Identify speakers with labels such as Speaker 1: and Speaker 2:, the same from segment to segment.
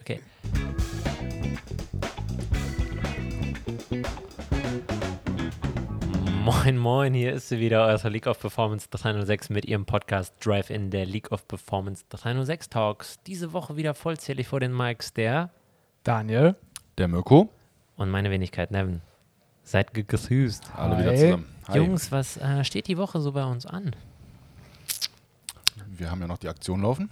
Speaker 1: Okay. Moin, moin, hier ist sie wieder, euer League of Performance 306 mit ihrem Podcast Drive-In, der League of Performance 306 Talks. Diese Woche wieder vollzählig vor den Mikes der
Speaker 2: Daniel.
Speaker 3: Der Mirko.
Speaker 1: und meine Wenigkeit Nevin. Seid ge- gesüßt.
Speaker 3: Alle
Speaker 2: Hi.
Speaker 3: wieder zusammen. Hi.
Speaker 1: Jungs, was äh, steht die Woche so bei uns an?
Speaker 3: Wir haben ja noch die Aktion laufen.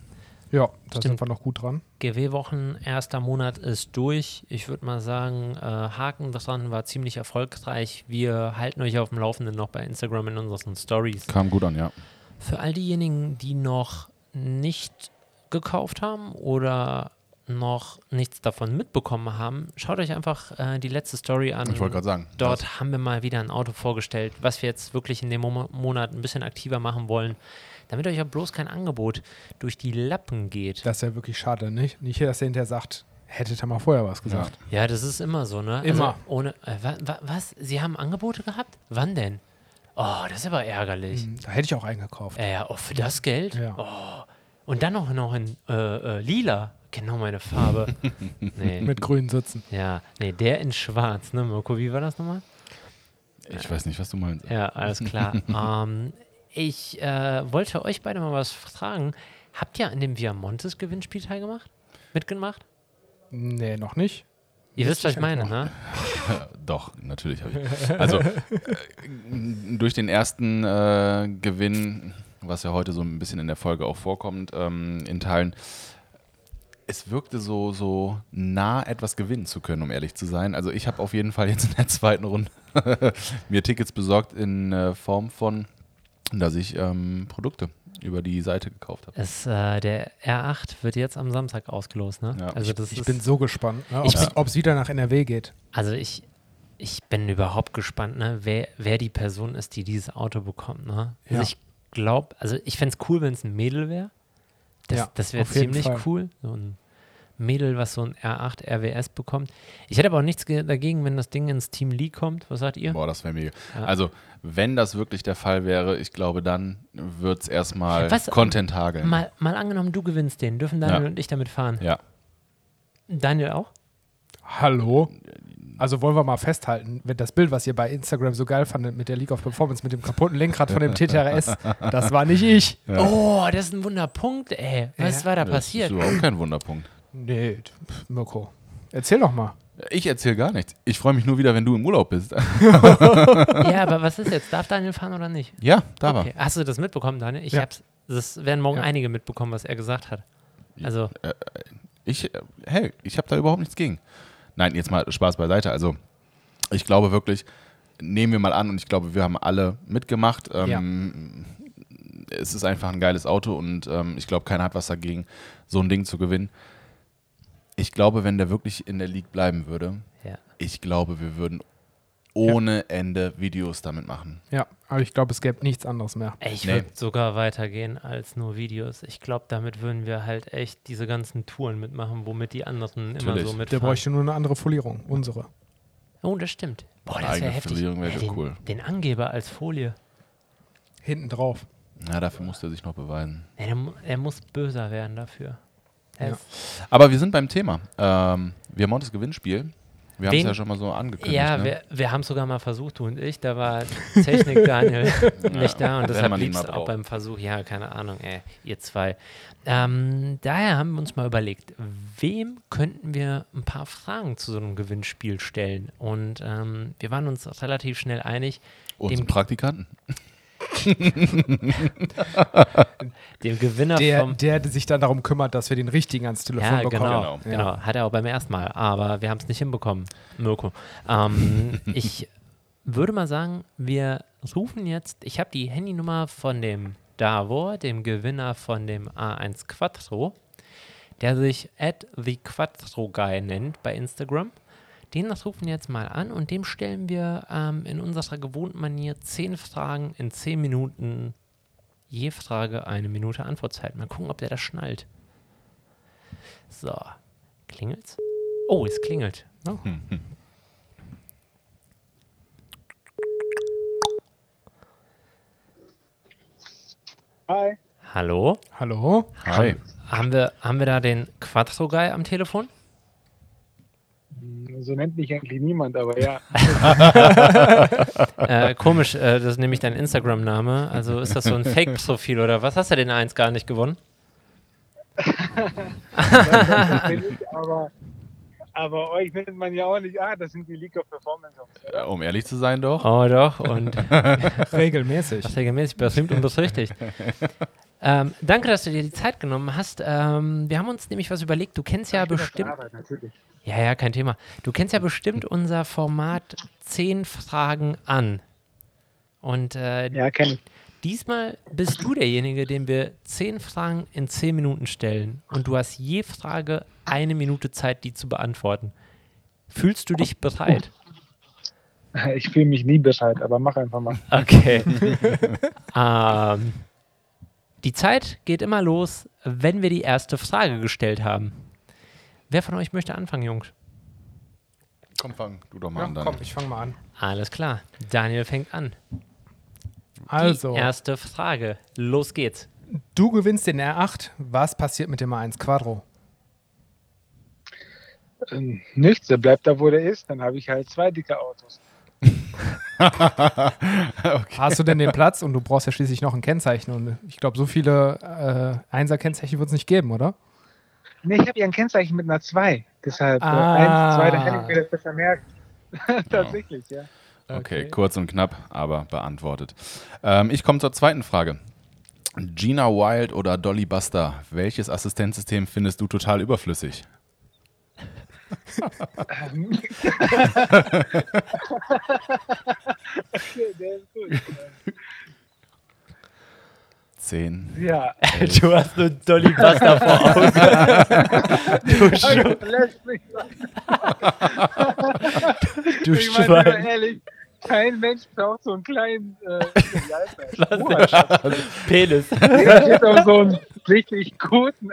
Speaker 2: Ja, da
Speaker 1: Stimmt.
Speaker 2: sind wir noch gut dran.
Speaker 1: GW-Wochen, erster Monat ist durch. Ich würde mal sagen, äh, Haken dran war ziemlich erfolgreich. Wir halten euch auf dem Laufenden noch bei Instagram in unseren Stories.
Speaker 3: Kam gut an, ja.
Speaker 1: Für all diejenigen, die noch nicht gekauft haben oder noch nichts davon mitbekommen haben, schaut euch einfach äh, die letzte Story an.
Speaker 3: Ich wollte gerade sagen.
Speaker 1: Dort haben wir mal wieder ein Auto vorgestellt, was wir jetzt wirklich in dem Mo Monat ein bisschen aktiver machen wollen, damit euch auch bloß kein Angebot durch die Lappen geht.
Speaker 2: Das ist ja wirklich schade, nicht? Nicht, dass er hinterher sagt, hättet ihr mal vorher was
Speaker 3: Ja.
Speaker 2: gesagt.
Speaker 1: Ja, das ist immer so, ne?
Speaker 2: Immer.
Speaker 1: Also ohne, äh, wa, wa, was? Sie haben Angebote gehabt? Wann denn? Oh, das ist aber ärgerlich.
Speaker 2: Hm, Da hätte ich auch eingekauft.
Speaker 1: Äh, ja, oh, für das Geld?
Speaker 2: Ja.
Speaker 1: Oh. Und dann auch noch in äh, äh, lila. Genau meine Farbe. nee.
Speaker 2: Mit grünen Sitzen.
Speaker 1: Ja, nee, der in schwarz, ne, Mirko? Wie war das nochmal?
Speaker 3: Ich weiß nicht, was du meinst.
Speaker 1: Ja, alles klar. ähm, ich äh, wollte euch beide mal was fragen. Habt ihr an dem Viamontes Gewinnspiel teilgemacht? Mitgemacht?
Speaker 2: Nee, noch nicht.
Speaker 1: Ihr wisst,
Speaker 2: Wüsste
Speaker 1: was
Speaker 2: ich halt
Speaker 1: ich meine,
Speaker 2: eigentlich
Speaker 1: ne?
Speaker 3: Äh, Doch, natürlich habe ich. Also, äh, durch den ersten äh, Gewinn, was ja heute so ein bisschen in der Folge auch vorkommt, ähm, in Teilen, es wirkte so, so nah, etwas gewinnen zu können, um ehrlich zu sein. Also, ich habe auf jeden Fall jetzt in der zweiten Runde mir Tickets besorgt in äh, Form von, dass ich ähm, Produkte über die Seite gekauft habe.
Speaker 1: Es, äh, der R8 wird jetzt am Samstag ausgelost, ne?
Speaker 3: Ja.
Speaker 1: also das
Speaker 2: Ich
Speaker 1: ist,
Speaker 2: bin so gespannt, ne,
Speaker 1: Ich
Speaker 2: ob es wieder nach NRW geht.
Speaker 1: also ich, ich bin überhaupt gespannt, ne? Wer, wer die Person ist, die dieses Auto bekommt, ne? Also
Speaker 2: Ja.
Speaker 1: ich glaube, also ich fände es cool, wenn es ein Mädel wäre. Das,
Speaker 2: Ja,
Speaker 1: das wäre
Speaker 2: auf jeden
Speaker 1: ziemlich
Speaker 2: Fall.
Speaker 1: cool. So ein Mädel, was so ein R8 RWS bekommt. Ich hätte aber auch nichts ge- dagegen, wenn das Ding ins Team Lee kommt. Was sagt ihr?
Speaker 3: Boah, das wäre mega.
Speaker 1: Ja.
Speaker 3: Also, wenn das wirklich der Fall wäre, ich glaube, dann wird es erstmal
Speaker 1: Was-
Speaker 3: Content hageln.
Speaker 1: Mal, mal angenommen, du gewinnst den. Dürfen Daniel
Speaker 3: Ja.
Speaker 1: und ich damit fahren?
Speaker 3: ja.
Speaker 1: Daniel auch?
Speaker 2: Hallo? Also wollen wir mal festhalten, wenn das Bild, was ihr bei Instagram so geil fandet mit der League of Performance, mit dem kaputten Lenkrad von dem TTRS, das war nicht ich.
Speaker 1: Oh, das ist ein Wunderpunkt, ey. Was war da passiert?
Speaker 3: Das ist überhaupt kein Wunderpunkt.
Speaker 2: Nee, pf, Mirko. Erzähl doch mal.
Speaker 3: Ich erzähle gar nichts. Ich freue mich nur wieder, wenn du im Urlaub bist.
Speaker 1: Ja, aber was ist jetzt? Darf Daniel fahren oder nicht?
Speaker 3: ja, da
Speaker 1: Okay. Hast du das mitbekommen, Daniel? Ich
Speaker 2: Ja.
Speaker 1: hab's. Das werden morgen
Speaker 2: Ja.
Speaker 1: einige mitbekommen, was er gesagt hat. Also,
Speaker 3: war. Ich, äh, hey, ich habe da überhaupt nichts gegen. Nein, jetzt mal Spaß beiseite. Also, ich glaube wirklich, nehmen wir mal an und ich glaube, wir haben alle mitgemacht. Ähm, Es ist einfach ein geiles Auto und ähm, ich glaube, keiner hat was dagegen, so ein Ding zu gewinnen. Ich glaube, wenn der wirklich in der League bleiben würde,
Speaker 1: ja.
Speaker 3: ich glaube, wir würden ohne Ende Videos damit machen.
Speaker 2: Ja, aber ich glaube, es gäbe nichts anderes mehr.
Speaker 1: Ey, Ich
Speaker 3: Nee.
Speaker 1: würde sogar weitergehen als nur Videos. Ich glaube, damit würden wir halt echt diese ganzen Touren mitmachen, womit die anderen immer
Speaker 3: Natürlich.
Speaker 1: so
Speaker 2: Der
Speaker 1: mitfahren.
Speaker 2: bräuchte nur eine andere Folierung, unsere.
Speaker 1: oh, das stimmt. Boah,
Speaker 3: Eine
Speaker 1: das wäre
Speaker 3: eigene
Speaker 1: heftig.
Speaker 3: Verlierung wäre
Speaker 1: Ey, den,
Speaker 3: cool.
Speaker 1: den Angeber als Folie.
Speaker 2: Hinten drauf.
Speaker 3: Ja, dafür muss er sich noch beweisen.
Speaker 1: Ey, der, mu- er muss böser werden dafür. Er
Speaker 2: Ja.
Speaker 1: ist-
Speaker 3: Aber wir sind beim Thema. Ähm, wir haben auch das Gewinnspiel. Wir haben es
Speaker 1: Wen-
Speaker 3: ja schon mal so angekündigt.
Speaker 1: Ja,
Speaker 3: ne?
Speaker 1: wir, wir haben es sogar mal versucht, du und ich. Da war Technik Daniel nicht da und
Speaker 3: wenn
Speaker 1: deshalb
Speaker 3: man ihn
Speaker 1: blieb
Speaker 3: mal
Speaker 1: es auch
Speaker 3: braucht.
Speaker 1: beim Versuch. Ja, keine Ahnung, ey, ihr zwei. Ähm, daher haben wir uns mal überlegt, wem könnten wir ein paar Fragen zu so einem Gewinnspiel stellen? Und ähm, wir waren uns relativ schnell einig, dem-
Speaker 3: Unseren Praktikanten.
Speaker 1: dem Gewinner
Speaker 2: Der,
Speaker 1: vom.
Speaker 2: der sich dann darum kümmert, dass wir den richtigen ans Telefon
Speaker 1: Ja, genau,
Speaker 2: bekommen.
Speaker 1: genau.
Speaker 2: Ja.
Speaker 1: Hat er auch beim ersten Mal, aber wir haben es nicht hinbekommen, Mirko. Ähm, ich würde mal sagen, wir rufen jetzt, ich habe die Handynummer von dem Davor, dem Gewinner von dem A1 Quattro, der sich at the Quattro Guy nennt bei Instagram. Den rufen wir jetzt mal an und dem stellen wir ähm, in unserer gewohnten Manier zehn Fragen in zehn Minuten. Je Frage eine Minute Antwortzeit. Mal gucken, ob der das schnallt. So, klingelt's? Oh, es klingelt.
Speaker 2: Oh.
Speaker 4: Hi.
Speaker 1: Hallo?
Speaker 2: Hallo?
Speaker 3: Hi.
Speaker 1: Haben wir, haben wir da den Quattro-Guy am Telefon?
Speaker 4: so nennt mich eigentlich niemand, aber ja.
Speaker 1: Äh, komisch, äh, das ist nämlich dein Instagram-Name. Also ist das so ein Fake-Profil oder was? Hast du den eins gar nicht gewonnen?
Speaker 4: Tatsächlich, aber, aber euch findet man ja auch nicht. Ah, das sind die League of Performance.
Speaker 3: Äh, Um ehrlich zu sein, doch.
Speaker 1: Oh doch, und
Speaker 2: Regelmäßig.
Speaker 1: das regelmäßig berühmt und berüchtigt. Ähm, danke, dass du dir die Zeit genommen hast. Ähm, wir haben uns nämlich was überlegt. Du kennst ja bestimmt.
Speaker 4: Arbeit, natürlich.
Speaker 1: Ja, ja, kein Thema. Du kennst ja bestimmt unser Format 10 Fragen an. Und äh,
Speaker 4: Ja, kenn ich.
Speaker 1: Diesmal bist du derjenige, dem wir zehn Fragen in zehn Minuten stellen und du hast je Frage eine Minute Zeit, die zu beantworten. Fühlst du dich bereit?
Speaker 4: Ich fühle mich nie bereit, aber mach einfach mal.
Speaker 1: Okay. ähm, die Zeit geht immer los, wenn wir die erste Frage gestellt haben. Wer von euch möchte anfangen, Jungs?
Speaker 3: Komm, fang du doch mal
Speaker 2: Ja,
Speaker 3: an. Dann.
Speaker 2: komm, ich fange mal an.
Speaker 1: Alles klar. Daniel fängt an.
Speaker 2: Also,
Speaker 1: Die erste Frage. Los geht's.
Speaker 2: du gewinnst den R8. Was passiert mit dem A1 Quadro?
Speaker 4: Ähm, nichts, der bleibt da, wo der ist. Dann habe ich halt zwei dicke Autos.
Speaker 2: Hast du denn den Platz? Und du brauchst ja schließlich noch ein Kennzeichen. Und ich glaube, so viele äh, Einser-Kennzeichen wird es nicht geben, oder?
Speaker 4: Nee, ich habe ja ein Kennzeichen mit einer 2. Deshalb äh,
Speaker 2: Ah.
Speaker 4: eins, zwei, dann kann ich mir das besser merken. Tatsächlich, ja.
Speaker 3: Okay, kurz und knapp, aber beantwortet. Ähm, ich komme zur zweiten Frage. Gina Wild oder Dolly Buster, welches Assistenzsystem findest du total überflüssig?
Speaker 4: Okay, der ist gut.
Speaker 3: Zehn.
Speaker 4: Ja,
Speaker 1: Du hast nur Dolly Buster vor Augen. Du Schwein.
Speaker 4: Also, lässt mich
Speaker 1: Du
Speaker 4: Ich meine,
Speaker 1: Schwein.
Speaker 4: ehrlich, kein Mensch braucht so einen kleinen äh,
Speaker 1: Penis.
Speaker 4: Ich auch so einen richtig guten,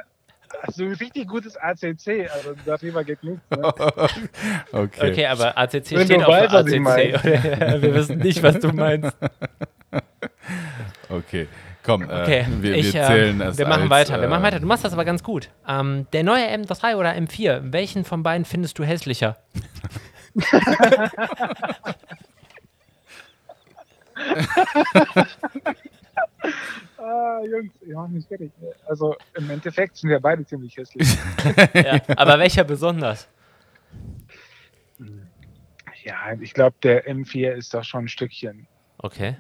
Speaker 4: also ein richtig gutes ACC. Also darüber geht nichts. Ne?
Speaker 3: Okay.
Speaker 1: Okay, aber ACC
Speaker 4: Wenn
Speaker 1: steht
Speaker 4: du
Speaker 1: auf
Speaker 4: weißt, was ich
Speaker 1: dem
Speaker 4: meine.
Speaker 1: ACC. Oder? Wir wissen nicht, was du meinst.
Speaker 3: Okay, komm,
Speaker 1: Okay,
Speaker 3: äh, wir,
Speaker 1: ich,
Speaker 3: wir
Speaker 1: ähm,
Speaker 3: zählen es.
Speaker 1: Wir machen
Speaker 3: als,
Speaker 1: weiter, wir machen
Speaker 3: äh,
Speaker 1: weiter. Du machst das aber ganz gut. Ähm, der neue M3 oder M4, welchen von beiden findest du hässlicher?
Speaker 4: Ah, Jungs, ihr macht mich fertig. Also im Endeffekt sind wir beide ziemlich hässlich.
Speaker 1: Ja, aber welcher besonders?
Speaker 4: Ja, ich glaube, der M4 ist doch schon ein Stückchen
Speaker 1: Okay.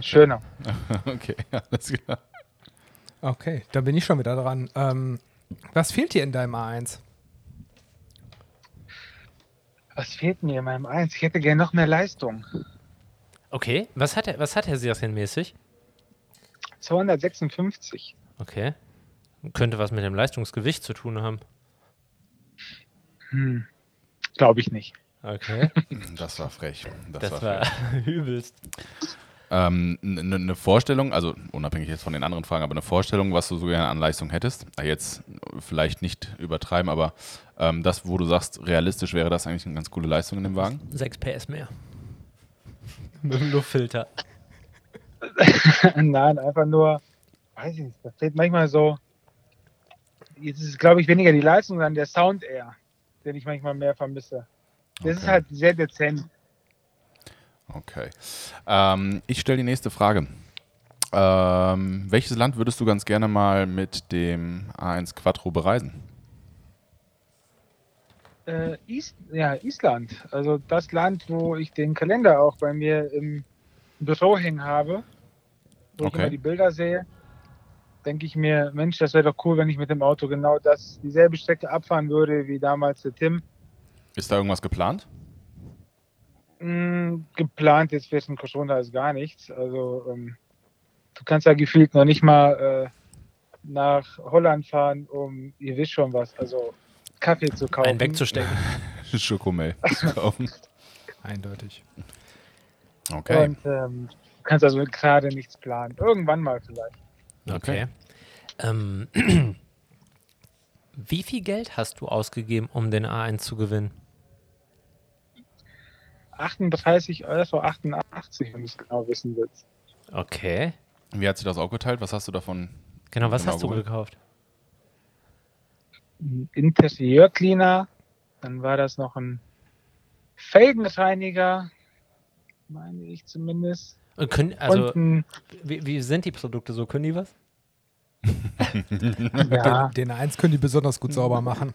Speaker 4: schöner.
Speaker 3: Okay, alles klar.
Speaker 2: Okay, da bin ich schon wieder dran. Ähm, was fehlt dir in deinem A1?
Speaker 4: Was fehlt mir in meinem 1? Ich hätte gerne noch mehr Leistung.
Speaker 1: Okay, was hat er, was hat er serienmäßig?
Speaker 4: 256.
Speaker 1: Okay. Könnte was mit dem Leistungsgewicht zu tun haben.
Speaker 4: Hm. Glaube ich nicht.
Speaker 1: Okay.
Speaker 3: Das war frech. Das,
Speaker 1: Das
Speaker 3: war,
Speaker 1: war
Speaker 3: frech.
Speaker 1: übelst.
Speaker 3: Eine ähm, ne, ne Vorstellung, also unabhängig jetzt von den anderen Fragen, aber eine Vorstellung, was du so gerne an Leistung hättest. Ah, Jetzt vielleicht nicht übertreiben, aber ähm, das, wo du sagst, realistisch wäre das eigentlich eine ganz coole Leistung in dem Wagen.
Speaker 1: 6 PS mehr. Mit dem Luftfilter.
Speaker 4: Nein, einfach nur, weiß ich nicht, da fehlt manchmal so, jetzt ist es, glaube ich, weniger die Leistung, sondern der Sound eher, den ich manchmal mehr vermisse. Das ist
Speaker 3: Okay.
Speaker 4: halt sehr dezent.
Speaker 3: Okay. Ähm, ich stelle die nächste Frage. Ähm, welches Land würdest du ganz gerne mal mit dem A1 Quattro bereisen?
Speaker 4: Äh, Is ja, Island, also das Land, wo ich den Kalender auch bei mir im Büro hängen habe, wo ich
Speaker 3: Okay.
Speaker 4: immer die Bilder sehe, denke ich mir, Mensch, das wäre doch cool, wenn ich mit dem Auto genau das, dieselbe Strecke abfahren würde wie damals der Tim.
Speaker 3: Ist da irgendwas geplant?
Speaker 4: Mm, geplant jetzt für den Corona ist gar nichts. Also ähm, du kannst ja gefühlt noch nicht mal äh, nach Holland fahren, um ihr wisst schon was, also Kaffee zu kaufen.
Speaker 1: Einen wegzustecken.
Speaker 3: Schokomel zu kaufen.
Speaker 2: Eindeutig.
Speaker 3: Okay.
Speaker 4: Und ähm, du kannst also gerade nichts planen. Irgendwann mal vielleicht.
Speaker 1: Okay.
Speaker 3: Okay.
Speaker 1: Ähm, wie viel Geld hast du ausgegeben, um den A1 zu gewinnen?
Speaker 4: 38 Euro 88, wenn du es genau wissen willst.
Speaker 1: Okay.
Speaker 3: Wie hat sich das aufgeteilt? Was hast du davon?
Speaker 1: Genau, was
Speaker 3: Genau,
Speaker 1: hast du
Speaker 3: gut.
Speaker 1: gekauft?
Speaker 4: Ein Interieurcleaner, Dann war das noch ein Felgenreiniger, meine ich zumindest.
Speaker 1: Und können, also,
Speaker 4: Und ein,
Speaker 1: wie, wie sind die Produkte so? Können die was?
Speaker 4: ja,
Speaker 2: Den, den A1 können die besonders
Speaker 1: Mhm.
Speaker 2: gut sauber machen.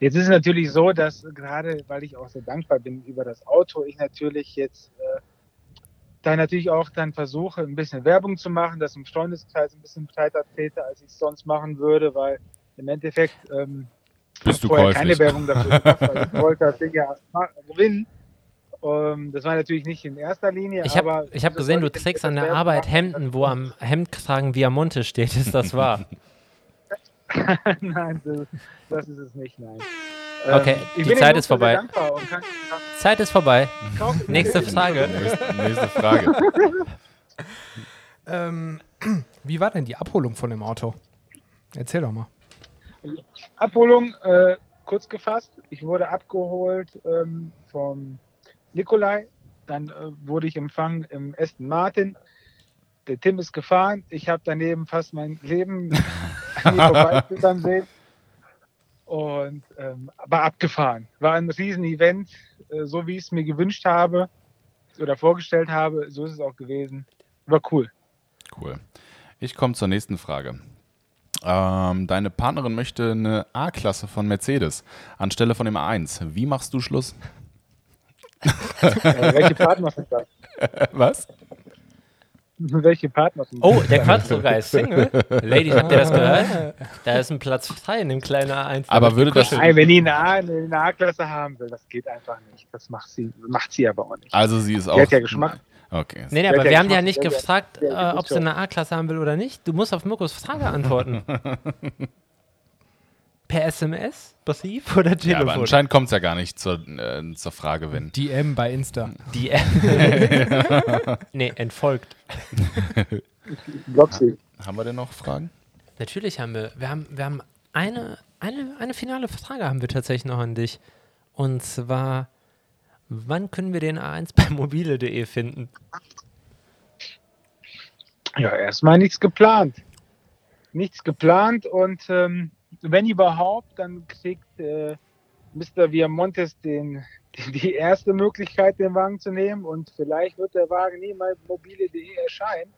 Speaker 4: Jetzt ist es natürlich so, dass gerade, weil ich auch so dankbar bin über das Auto, ich natürlich jetzt äh, da natürlich auch dann versuche, ein bisschen Werbung zu machen, dass im Freundeskreis ein bisschen breiter trete, als ich es sonst machen würde, weil im Endeffekt ähm,
Speaker 3: Bist
Speaker 4: ich
Speaker 3: du
Speaker 4: hab vorher
Speaker 3: käuflich?
Speaker 4: keine Werbung dafür gemacht, weil ich wollte das Ding ja ma- gewinnen. Ähm, das war natürlich nicht in erster Linie,
Speaker 1: Ich habe
Speaker 4: aber
Speaker 1: ich hab gesehen, du
Speaker 4: sollte ich
Speaker 1: trägst an
Speaker 4: etwas
Speaker 1: der
Speaker 4: Werbung
Speaker 1: Arbeit
Speaker 4: machen,
Speaker 1: Hemden, wo am Hemdkragen Viamonte steht. Ist das wahr?
Speaker 4: nein, das, das ist es nicht, nein. Ähm,
Speaker 1: Okay, die
Speaker 4: ich bin dem
Speaker 1: Zeit
Speaker 4: Jungs
Speaker 1: ist vorbei.
Speaker 4: sehr dankbar und kann- kann-
Speaker 1: Zeit ist vorbei.
Speaker 4: kaufe-
Speaker 1: Nächste Frage.
Speaker 3: Nächste, nächste Frage.
Speaker 2: Ähm, wie war denn die Abholung von dem Auto? Erzähl doch mal.
Speaker 4: Abholung, äh, kurz gefasst. Ich wurde abgeholt ähm, vom Nikolai. Dann äh, wurde ich empfangen im Aston Martin. Der Tim ist gefahren. Ich habe daneben fast mein Leben an mir vorbeizittern sehen. Und ähm, war abgefahren. War ein Riesen-Event, äh, so wie ich es mir gewünscht habe oder vorgestellt habe. So ist es auch gewesen. War cool.
Speaker 3: Cool. Ich komme zur nächsten Frage. Ähm, deine Partnerin möchte eine A-Klasse von Mercedes anstelle von dem A1. Wie machst du Schluss?
Speaker 4: Äh, welche Partner sind das?
Speaker 3: Was?
Speaker 4: welche Partner sind das?
Speaker 1: Oh, der Quattro-Guy ist Single. Ladies, habt ihr das gehört? Da ist ein Platz frei in dem kleinen A1.
Speaker 3: Aber würde das,
Speaker 4: Nein, wenn die eine A- eine A-Klasse haben will, das geht einfach nicht. Das macht sie, macht sie aber auch nicht.
Speaker 3: Also sie ist auch.
Speaker 4: hat ja Geschmack.
Speaker 3: Okay.
Speaker 1: Nee, nee,
Speaker 4: Sehr
Speaker 1: aber
Speaker 4: geehrter
Speaker 1: wir haben die ja
Speaker 4: Geschmack,
Speaker 1: nicht
Speaker 4: sehr geehrter-
Speaker 1: gefragt,
Speaker 4: sehr
Speaker 1: äh,
Speaker 4: geehrter
Speaker 1: ob sie eine A-Klasse haben will oder nicht. Du musst auf Mirkos Frage antworten. per SMS, Brief oder
Speaker 3: Ja, aber
Speaker 1: Telefon?
Speaker 3: anscheinend kommt es ja gar nicht zur, äh, zur Frage, wenn.
Speaker 2: DM bei Insta.
Speaker 1: die Nee, entfolgt.
Speaker 4: Block sie.
Speaker 3: Haben wir denn noch Fragen?
Speaker 1: Natürlich haben wir, wir haben, wir haben eine, eine, eine finale Frage haben wir tatsächlich noch an dich. Und zwar, wann können wir den A1 bei mobile.de finden?
Speaker 4: Ja, erstmal nichts geplant. Nichts geplant und ähm, wenn überhaupt, dann kriegt äh, Mr. Viamontes den, die erste Möglichkeit, den Wagen zu nehmen und vielleicht wird der Wagen nie mal mobile.de erscheinen.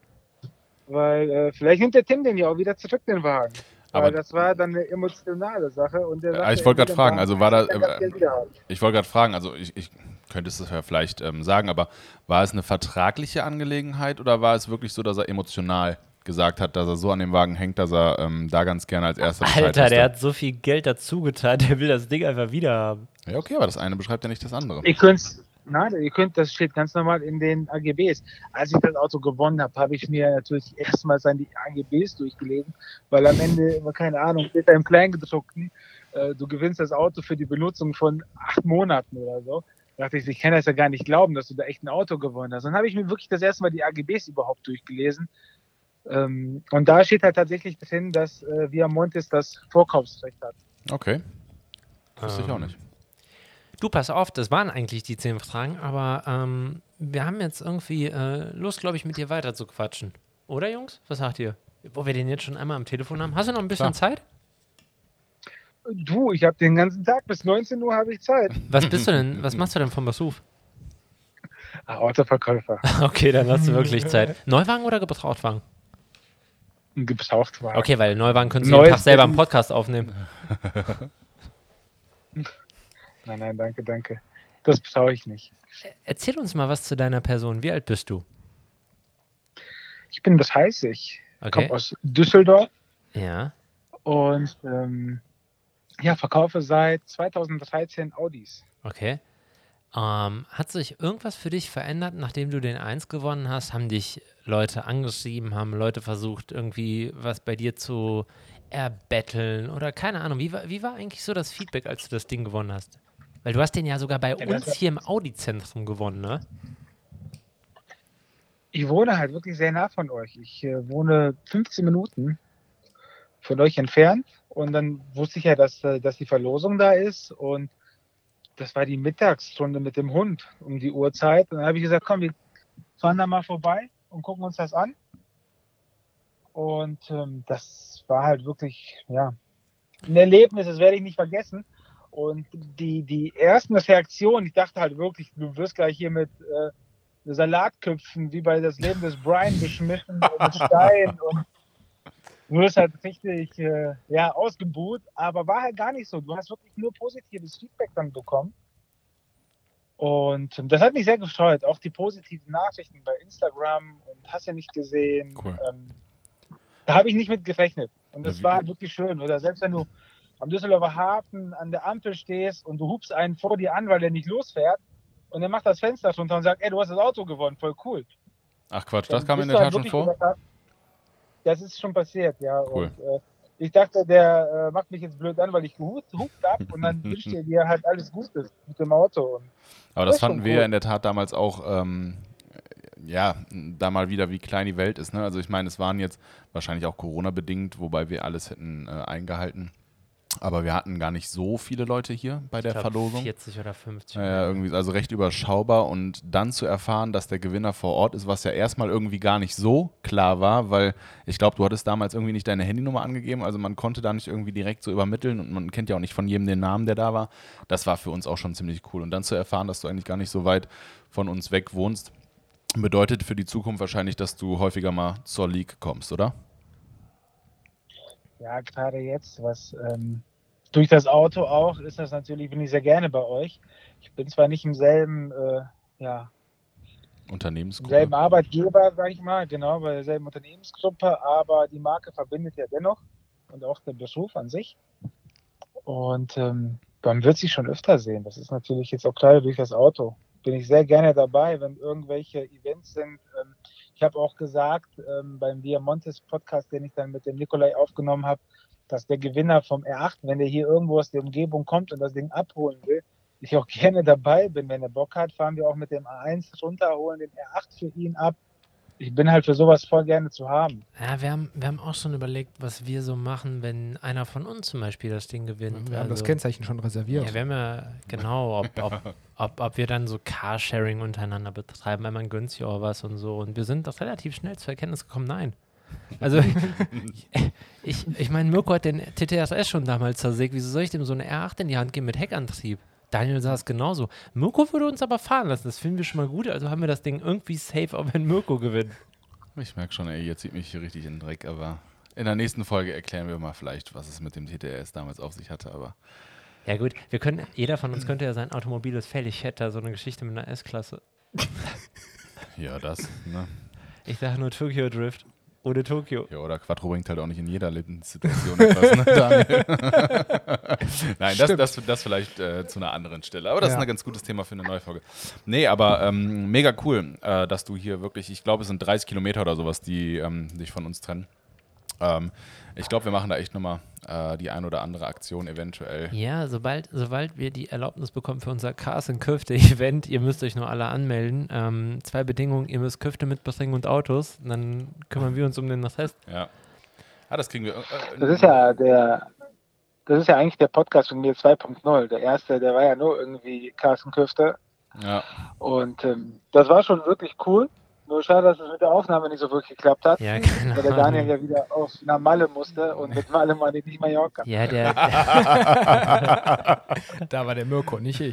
Speaker 4: Weil äh, vielleicht nimmt der Tim den ja auch wieder zurück, den Wagen.
Speaker 3: Aber-
Speaker 4: Weil das war dann eine emotionale Sache. Und
Speaker 3: Äh,
Speaker 4: der sagte,
Speaker 3: ich wollte
Speaker 4: er
Speaker 3: gerade
Speaker 4: will den
Speaker 3: fragen,
Speaker 4: Wagen,
Speaker 3: also war da-
Speaker 4: dann darf der wieder haben.
Speaker 3: Ich wollte gerade fragen, also ich, ich könnte es ja vielleicht ähm, sagen, aber war es eine vertragliche Angelegenheit oder war es wirklich so, dass er emotional gesagt hat, dass er so an dem Wagen hängt, dass er ähm, da ganz gerne als erster Bescheid
Speaker 1: Alter,
Speaker 3: wusste?
Speaker 1: der hat so viel Geld dazu getan, der will das Ding einfach wieder haben.
Speaker 3: Ja, okay, aber das eine beschreibt ja nicht das andere.
Speaker 4: Ihr könnt, nein, ihr könnt, das steht ganz normal in den AGBs. Als ich das Auto gewonnen habe, habe ich mir natürlich erstmal seine AGBs durchgelesen, weil am Ende, keine Ahnung, steht da im Kleingedruckten, äh, du gewinnst das Auto für die Benutzung von acht Monaten oder so. Da dachte ich, ich kann das ja gar nicht glauben, dass du da echt ein Auto gewonnen hast. Dann habe ich mir wirklich das erste Mal die AGBs überhaupt durchgelesen. Ähm, und da steht halt tatsächlich drin, dass äh, Via Montes das Vorkaufsrecht hat.
Speaker 3: Okay. Wusste
Speaker 4: Ähm,
Speaker 3: ich auch nicht.
Speaker 1: Ähm, Du, pass auf, das waren eigentlich die zehn Fragen, aber ähm, wir haben jetzt irgendwie äh, Lust, glaube ich, mit dir weiter zu quatschen. Oder, Jungs? Was sagt ihr? Wo wir den jetzt schon einmal am Telefon haben. Hast du noch ein bisschen
Speaker 3: Klar.
Speaker 1: Zeit?
Speaker 4: Du, ich habe den ganzen Tag, bis 19 Uhr habe ich Zeit.
Speaker 1: Was bist du denn, was machst du denn vom Beruf?
Speaker 4: Ah, Autoverkäufer.
Speaker 1: Okay, dann hast du wirklich Zeit. Neuwagen oder Gebrauchtwagen?
Speaker 4: gebraucht war.
Speaker 1: Okay, weil Neuwagen könntest du
Speaker 4: Neues
Speaker 1: jeden Tag selber
Speaker 4: Ding.
Speaker 1: einen Podcast aufnehmen.
Speaker 4: Nein, nein, danke, danke. Das brauche ich nicht.
Speaker 1: Erzähl uns mal was zu deiner Person. Wie alt bist du?
Speaker 4: Ich bin das heiße ich.
Speaker 1: Okay.
Speaker 4: Komme aus Düsseldorf
Speaker 1: Ja.
Speaker 4: und ähm, ja, verkaufe seit 2013 Audis.
Speaker 1: Okay. Ähm, hat sich irgendwas für dich verändert, nachdem du den 1 gewonnen hast? Haben dich Leute angeschrieben, haben Leute versucht, irgendwie was bei dir zu erbetteln oder keine Ahnung. Wie war, wie war eigentlich so das Feedback, als du das Ding gewonnen hast? Weil du hast den ja sogar bei
Speaker 4: Ja, das
Speaker 1: uns hier im Audi-Zentrum gewonnen, ne?
Speaker 4: Ich wohne halt wirklich sehr nah von euch. Ich äh, wohne 15 Minuten von euch entfernt und dann wusste ich ja, dass, äh, dass die Verlosung da ist und das war die Mittagsstunde mit dem Hund um die Uhrzeit. Und dann habe ich gesagt, komm, wir fahren da mal vorbei und gucken uns das an. Und ähm, das war halt wirklich, ja, ein Erlebnis, das werde ich nicht vergessen. Und die, die ersten Reaktionen, ich dachte halt wirklich, du wirst gleich hier mit äh, Salatköpfen, wie bei das Leben des Brian, beschmissen und mit Stein und du wirst halt richtig äh, ja, ausgebuht, aber war halt gar nicht so. Du hast wirklich nur positives Feedback dann bekommen. Und ähm, das hat mich sehr gefreut. Auch die positiven Nachrichten bei Instagram und hast ja nicht gesehen.
Speaker 3: Cool.
Speaker 4: Ähm, da habe ich nicht mit gerechnet. Und
Speaker 3: Ja,
Speaker 4: das
Speaker 3: wie-
Speaker 4: war wirklich schön. Oder selbst wenn du am Düsseldorfer Hafen an der Ampel stehst und du hubst einen vor dir an, weil der nicht losfährt. Und dann macht das Fenster runter und sagt, ey, du hast das Auto gewonnen, voll cool.
Speaker 3: Ach Quatsch,
Speaker 4: Dann
Speaker 3: das kam in
Speaker 4: bist
Speaker 3: der
Speaker 4: du
Speaker 3: Tat
Speaker 4: halt
Speaker 3: schon vor.
Speaker 4: wirklich überrascht. Das ist schon passiert, ja.
Speaker 3: Cool.
Speaker 4: Und, äh, ich dachte, der äh, macht mich jetzt blöd an, weil ich gehupt hupt hab und dann wünscht er dir halt alles Gutes mit dem Auto. Und
Speaker 3: Aber das
Speaker 4: Das ist schon
Speaker 3: fanden wir
Speaker 4: cool.
Speaker 3: ja in der Tat damals auch, ähm, ja, da mal wieder, wie klein die Welt ist. Ne? Also ich meine, es waren jetzt wahrscheinlich auch Corona-bedingt, wobei wir alles hätten äh, eingehalten. Aber wir hatten gar nicht so viele Leute hier bei der
Speaker 1: Ich glaub,
Speaker 3: Verlosung.
Speaker 1: 40 oder 50.
Speaker 3: Ja, irgendwie, also recht überschaubar und dann zu erfahren, dass der Gewinner vor Ort ist, was ja erstmal irgendwie gar nicht so klar war, weil ich glaube, du hattest damals irgendwie nicht deine Handynummer angegeben, also man konnte da nicht irgendwie direkt so übermitteln und man kennt ja auch nicht von jedem den Namen, der da war. Das war für uns auch schon ziemlich cool. Und dann zu erfahren, dass du eigentlich gar nicht so weit von uns weg wohnst, bedeutet für die Zukunft wahrscheinlich, dass du häufiger mal zur League kommst, oder?
Speaker 4: ja, gerade jetzt, was ähm, durch das Auto auch, ist das natürlich, bin ich sehr gerne bei euch. Ich bin zwar nicht im selben, äh, ja, im
Speaker 3: Unternehmensgruppe.
Speaker 4: selben Arbeitgeber, sag ich mal, genau, bei derselben Unternehmensgruppe, aber die Marke verbindet ja dennoch und auch der Beruf an sich. Und ähm, man wird sich schon öfter sehen. Das ist natürlich jetzt auch gerade durch das Auto. Bin ich sehr gerne dabei, wenn irgendwelche Events sind. Ähm, ich habe auch gesagt, ähm, beim Diamontes Podcast, den ich dann mit dem Nikolai aufgenommen habe, dass der Gewinner vom R8, wenn der hier irgendwo aus der Umgebung kommt und das Ding abholen will, ich auch gerne dabei bin. Wenn er Bock hat, fahren wir auch mit dem A1 runter, holen den R8 für ihn ab. Ich bin halt für sowas voll gerne zu haben.
Speaker 1: Ja, wir haben, wir haben auch schon überlegt, was wir so machen, wenn einer von uns zum Beispiel das Ding gewinnt.
Speaker 2: Wir haben das
Speaker 1: Also-
Speaker 2: Kennzeichen schon reserviert.
Speaker 1: Ja, wir haben ja, genau, ob, ob, ob, ob wir dann so Carsharing untereinander betreiben, weil man gönnt sich auch was und so. Und wir sind doch relativ schnell zur Erkenntnis gekommen, nein. Also, ich, ich meine, Mirko hat den TTRS schon damals zersägt. Wieso soll ich dem so eine R8 in die Hand geben mit Heckantrieb? Daniel saß genauso. Mirko würde uns aber fahren lassen. Das finden wir schon mal gut. Also haben wir das Ding irgendwie safe, auch wenn Mirko gewinnt.
Speaker 3: Ich merke schon, ey, jetzt zieht mich hier richtig in den Dreck, aber in der nächsten Folge erklären wir mal vielleicht, was es mit dem TTRS damals auf sich hatte, aber
Speaker 1: Ja, gut. Wir können, jeder von uns könnte ja sein Automobil ist fällig. Ich hätte da so eine Geschichte mit einer S-Klasse.
Speaker 3: ja, das, ne?
Speaker 1: Ich sage nur Tokyo Drift. Ohne Tokio.
Speaker 3: Ja, oder Quattro bringt halt auch nicht in jeder Lebenssituation etwas, ne, Daniel? Nein, das, das, das vielleicht äh, zu einer anderen Stelle. Aber das
Speaker 2: Ja.
Speaker 3: ist ein ganz gutes Thema für eine neue Folge. Nee, aber ähm, mega cool, äh, dass du hier wirklich, ich glaube, es sind 30 Kilometer oder sowas, die ähm, dich von uns trennen. Ähm, ich glaube, wir machen da echt nochmal äh, die ein oder andere Aktion eventuell.
Speaker 1: Ja, sobald, sobald wir die Erlaubnis bekommen für unser Cars in Köfte Event, ihr müsst euch nur alle anmelden. Ähm, zwei Bedingungen, ihr müsst Köfte mitbringen und Autos, Und dann kümmern wir uns um den Rest.
Speaker 3: Ja. Ah, das kriegen wir. Äh,
Speaker 4: Das ist ja der, das ist ja eigentlich der Podcast von mir 2.0. Der erste, der war ja nur irgendwie Carsten Köfter.
Speaker 3: Ja,
Speaker 4: Und ähm, das war schon wirklich cool. Nur schade, dass es mit der Aufnahme nicht so wirklich geklappt hat.
Speaker 1: Ja, genau. keine
Speaker 4: weil der Daniel
Speaker 1: Ahnung.
Speaker 4: ja wieder auf nach Malle musste und mit Malle meine ich nicht Mallorca.
Speaker 1: Ja, der, der
Speaker 2: Da war der Mirko, nicht ich.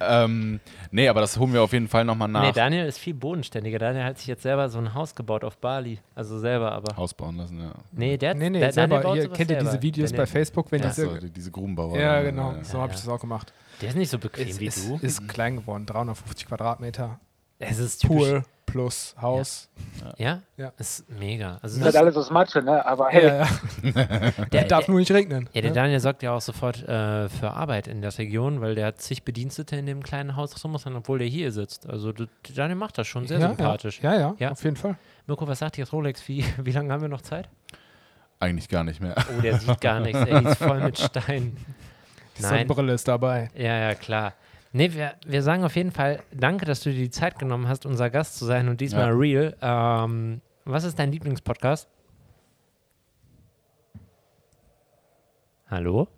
Speaker 3: ähm, nee, aber das holen wir auf jeden Fall nochmal nach.
Speaker 1: nee, Daniel ist viel bodenständiger. Daniel hat sich jetzt selber so ein Haus gebaut auf Bali. Also selber, aber.
Speaker 3: Haus bauen lassen, ja.
Speaker 1: Nee, der
Speaker 2: Nee, nee,
Speaker 1: der, Daniel
Speaker 2: selber.
Speaker 1: baut
Speaker 2: Ihr
Speaker 1: sowas
Speaker 2: kennt ihr
Speaker 1: selber.
Speaker 2: diese Videos
Speaker 1: Daniel-
Speaker 2: bei Facebook, wenn
Speaker 1: Ja.
Speaker 2: ja.
Speaker 3: Ach so,
Speaker 2: diese.
Speaker 3: äh, die- diese Grubenbauer.
Speaker 2: Ja, genau.
Speaker 3: Ja.
Speaker 2: So habe
Speaker 1: ja.
Speaker 2: ich das auch gemacht.
Speaker 1: Der ist nicht so bequem
Speaker 2: Ist,
Speaker 1: wie
Speaker 2: ist,
Speaker 1: du.
Speaker 2: ist klein geworden, 350 Quadratmeter.
Speaker 1: es ist typisch.
Speaker 2: Pool plus Haus.
Speaker 1: Ja?
Speaker 2: Ja.
Speaker 1: Ist mega. Also
Speaker 4: Das ist
Speaker 1: das,
Speaker 4: halt alles aus Matsche, ne? Aber
Speaker 2: Ja,
Speaker 4: hey,
Speaker 2: ja.
Speaker 1: der,
Speaker 2: Darf nur nicht regnen.
Speaker 1: Ja, der
Speaker 2: ne?
Speaker 1: Daniel sorgt ja auch sofort äh, für Arbeit in der Region, weil der hat zig Bedienstete in dem kleinen Haus Rummersland, obwohl der hier sitzt. Also d- d- Daniel macht das schon sehr
Speaker 2: ja,
Speaker 1: sympathisch.
Speaker 2: Ja. Ja, ja,
Speaker 1: Ja.
Speaker 2: auf jeden Fall.
Speaker 1: Mirko, was sagt jetzt Rolex? Wie, wie lange haben wir noch Zeit?
Speaker 3: Eigentlich gar nicht mehr.
Speaker 1: Oh, der sieht gar nichts. Ey, die ist voll mit Stein.
Speaker 2: Die
Speaker 1: Nein.
Speaker 2: Sonnenbrille ist dabei.
Speaker 1: Ja, ja, klar. Nee, wir, wir sagen auf jeden Fall danke, dass du dir die Zeit genommen hast, unser Gast zu sein und diesmal
Speaker 3: Ja.
Speaker 1: real. Ähm, was ist dein Lieblingspodcast? Hallo?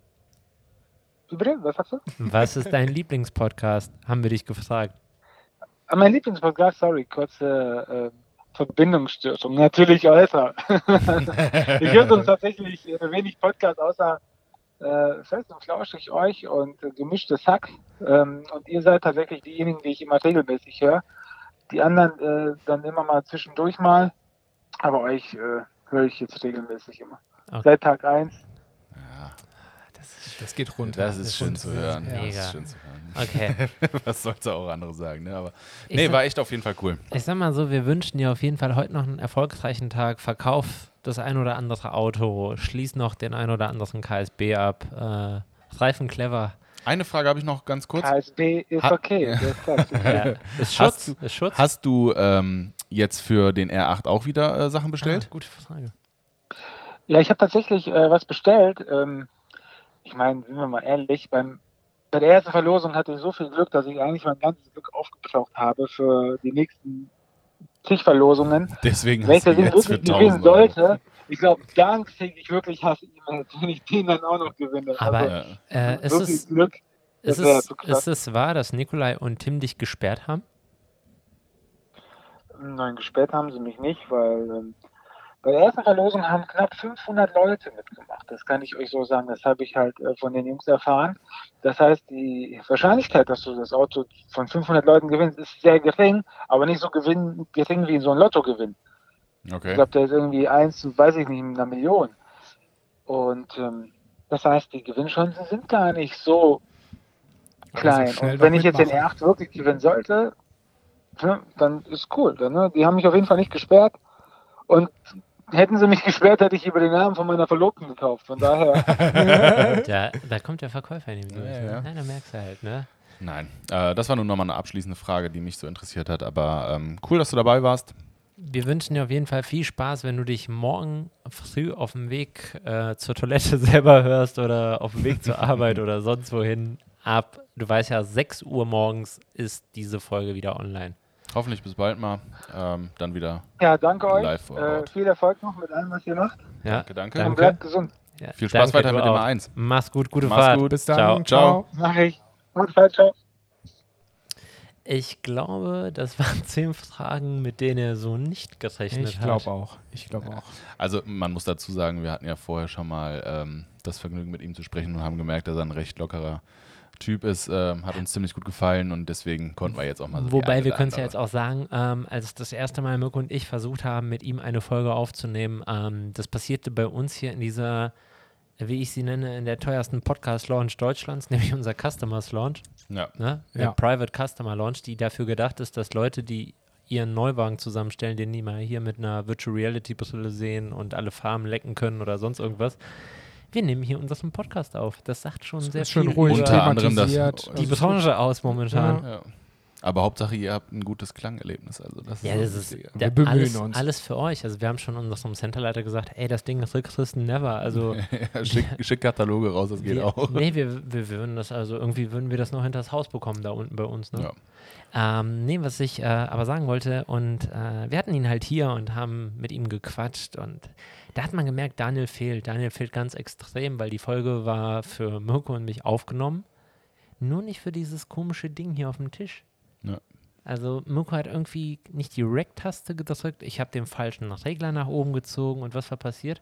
Speaker 4: übrigens, was sagst du?
Speaker 1: Was ist dein Lieblingspodcast? Haben wir dich gefragt.
Speaker 4: Ah, Mein Lieblingspodcast, sorry, kurze äh, Verbindungsstörung. Natürlich äußer. ich höre sonst tatsächlich äh, wenig Podcast, außer äh, fest und flauschig euch und äh, gemischtes Hack. Ähm, und ihr seid tatsächlich diejenigen, die ich immer regelmäßig höre. Die anderen äh, dann immer mal zwischendurch mal. Aber euch äh, höre ich jetzt regelmäßig immer.
Speaker 1: Okay.
Speaker 4: Seit Tag 1.
Speaker 2: Das geht runter.
Speaker 3: Das ist schön zu hören. Das
Speaker 1: Mega.
Speaker 3: ist schön zu hören.
Speaker 1: Okay.
Speaker 3: Was soll's auch andere sagen, ne? Aber
Speaker 1: Ich
Speaker 3: nee,
Speaker 1: sag-
Speaker 3: war echt auf jeden Fall cool.
Speaker 1: Ich sag mal so, wir wünschen dir auf jeden Fall heute noch einen erfolgreichen Tag. Verkauf das ein oder andere Auto, schließ noch den ein oder anderen KSB ab. Äh, Reifen clever.
Speaker 3: Eine Frage habe ich noch ganz kurz.
Speaker 4: KSB ist
Speaker 3: Ha-
Speaker 4: okay. Der ist klasse.
Speaker 1: Ist
Speaker 3: Hast
Speaker 1: Schutz. Ist Schutz.
Speaker 3: Hast du ähm, jetzt für den R8 auch wieder äh, Sachen
Speaker 1: ah,
Speaker 3: bestellt?
Speaker 1: gute Frage.
Speaker 4: Ja, ich habe tatsächlich äh, was bestellt. Ähm, ich meine, sind wir mal ehrlich, beim, bei der ersten Verlosung hatte ich so viel Glück, dass ich eigentlich mein ganzes Glück aufgebraucht habe für die nächsten zig Verlosungen.
Speaker 3: Deswegen hast du
Speaker 4: Welcher den
Speaker 3: jetzt für
Speaker 4: wirklich gewinnen
Speaker 3: 1000 Euro.
Speaker 4: sollte, ich glaube, dann kriege ich wirklich Hass, wenn ich den dann auch noch gewinne.
Speaker 1: Aber
Speaker 3: Ja.
Speaker 1: Äh, ist,
Speaker 4: so viel
Speaker 1: es,
Speaker 4: Glück. das
Speaker 1: ist,
Speaker 4: wär
Speaker 1: es,
Speaker 4: zu knapp.
Speaker 1: ist es wahr, dass Nikolai und Tim dich gesperrt haben?
Speaker 4: Nein, gesperrt haben sie mich nicht, weil ähm, bei der ersten Verlosung haben knapp 500 Leute mitgemacht. Das kann ich euch so sagen. Das habe ich halt äh, von den Jungs erfahren. Das heißt, die Wahrscheinlichkeit, dass du das Auto von 500 Leuten gewinnst, ist sehr gering, aber nicht so gewinn, gering wie so ein Lottogewinn. Ich
Speaker 3: Okay.
Speaker 4: glaube, der ist irgendwie eins, zu, weiß ich nicht, in einer Million. Und ähm, das heißt, die Gewinnchancen sind gar nicht so
Speaker 2: Aber
Speaker 4: klein.
Speaker 2: so schnell
Speaker 4: Und wenn
Speaker 2: doch
Speaker 4: ich jetzt den
Speaker 2: mitmachen.
Speaker 4: R8 wirklich gewinnen sollte, ne, dann ist cool. Dann, ne? Die haben mich auf jeden Fall nicht gesperrt. Und hätten sie mich gesperrt, hätte ich über den Namen von meiner Verlobten gekauft. Von daher,
Speaker 1: Da, da kommt der Verkäufer in ihm durch.
Speaker 3: Ja,
Speaker 1: ne?
Speaker 3: ja.
Speaker 1: Nein, da merkst du halt, ne?
Speaker 3: Nein. Äh, das war nur nochmal eine abschließende Frage, die mich so interessiert hat. Aber ähm, cool, dass du dabei warst.
Speaker 1: Wir wünschen dir auf jeden Fall viel Spaß, wenn du dich morgen früh auf dem Weg äh, zur Toilette selber hörst oder auf dem Weg zur Arbeit oder sonst wohin. Ab, du weißt ja, 6 Uhr morgens ist diese Folge wieder online.
Speaker 3: Hoffentlich bis bald mal. Ähm, dann wieder.
Speaker 4: ja, danke
Speaker 3: Live vor
Speaker 4: euch. Äh,
Speaker 3: Ort.
Speaker 4: viel Erfolg noch mit allem, was ihr macht.
Speaker 1: Ja,
Speaker 3: Danke, danke.
Speaker 4: Und
Speaker 1: danke.
Speaker 4: bleibt gesund.
Speaker 1: Ja,
Speaker 3: Viel Spaß weiter
Speaker 1: du
Speaker 3: mit dem
Speaker 1: auch.
Speaker 3: A1.
Speaker 1: Mach's gut, gute
Speaker 3: Mach's
Speaker 1: Fahrt.
Speaker 3: gut.
Speaker 2: Bis
Speaker 1: Ciao.
Speaker 2: dann.
Speaker 3: Ciao.
Speaker 4: Mach ich. Gut, ciao, ciao.
Speaker 1: Ich glaube, das waren zehn Fragen, mit denen er so nicht gerechnet
Speaker 2: Ich halt. Äh,
Speaker 1: hat.
Speaker 2: glaube auch. Ich glaube auch.
Speaker 3: Also man muss dazu sagen, wir hatten ja vorher schon mal ähm, das Vergnügen, mit ihm zu sprechen und haben gemerkt, dass er ein recht lockerer Typ ist. Ähm, hat uns ziemlich gut gefallen und deswegen konnten wir jetzt auch mal so die
Speaker 1: Wobei
Speaker 3: eine
Speaker 1: wir
Speaker 3: oder
Speaker 1: können es ja jetzt
Speaker 3: andere-
Speaker 1: auch sagen, ähm, als das erste Mal Mirko und ich versucht haben, mit ihm eine Folge aufzunehmen, ähm, das passierte bei uns hier in dieser, wie ich sie nenne, in der teuersten Podcast-Launch Deutschlands, nämlich unser Customers-Launch,
Speaker 3: Ja.
Speaker 1: ne? der
Speaker 2: Ja.
Speaker 1: Private Customer-Launch, die dafür gedacht ist, dass Leute, die ihren Neuwagen zusammenstellen, den die mal hier mit einer Virtual Reality-Brille sehen und alle Farben lecken können oder sonst irgendwas. Wir nehmen hier unseren Podcast auf. Das sagt schon sehr
Speaker 2: ist schön
Speaker 1: viel
Speaker 2: ruhig.
Speaker 1: über
Speaker 3: Unter anderem das-
Speaker 2: thematisiert.
Speaker 3: die
Speaker 1: die
Speaker 2: Also,
Speaker 1: Branche aus momentan.
Speaker 2: Ja.
Speaker 3: ja. Aber Hauptsache, ihr habt ein gutes Klangerlebnis. Also das
Speaker 1: Ja,
Speaker 3: ist
Speaker 1: das
Speaker 3: das
Speaker 1: ist
Speaker 3: Wichtige.
Speaker 1: der,
Speaker 2: Wir bemühen
Speaker 1: alles,
Speaker 2: uns.
Speaker 1: alles für euch. Also wir haben schon unserem Centerleiter gesagt, ey, das Ding ist rückrissen never. Also
Speaker 3: Ja, schick, schick Kataloge raus, das geht
Speaker 1: wir,
Speaker 3: auch.
Speaker 1: nee, wir, wir würden das also irgendwie würden wir das noch hinters Haus bekommen da unten bei uns. Ne?
Speaker 3: Ja.
Speaker 1: Ähm, nee, was ich äh, aber sagen wollte, und äh, wir hatten ihn halt hier und haben mit ihm gequatscht und da hat man gemerkt, Daniel fehlt. Daniel fehlt ganz extrem, weil die Folge war für Mirko und mich aufgenommen. Nur nicht für dieses komische Ding hier auf dem Tisch.
Speaker 3: Ja.
Speaker 1: Also Mirko hat irgendwie nicht die Rack-Taste gedrückt, ich habe den falschen Regler nach oben gezogen und was war passiert?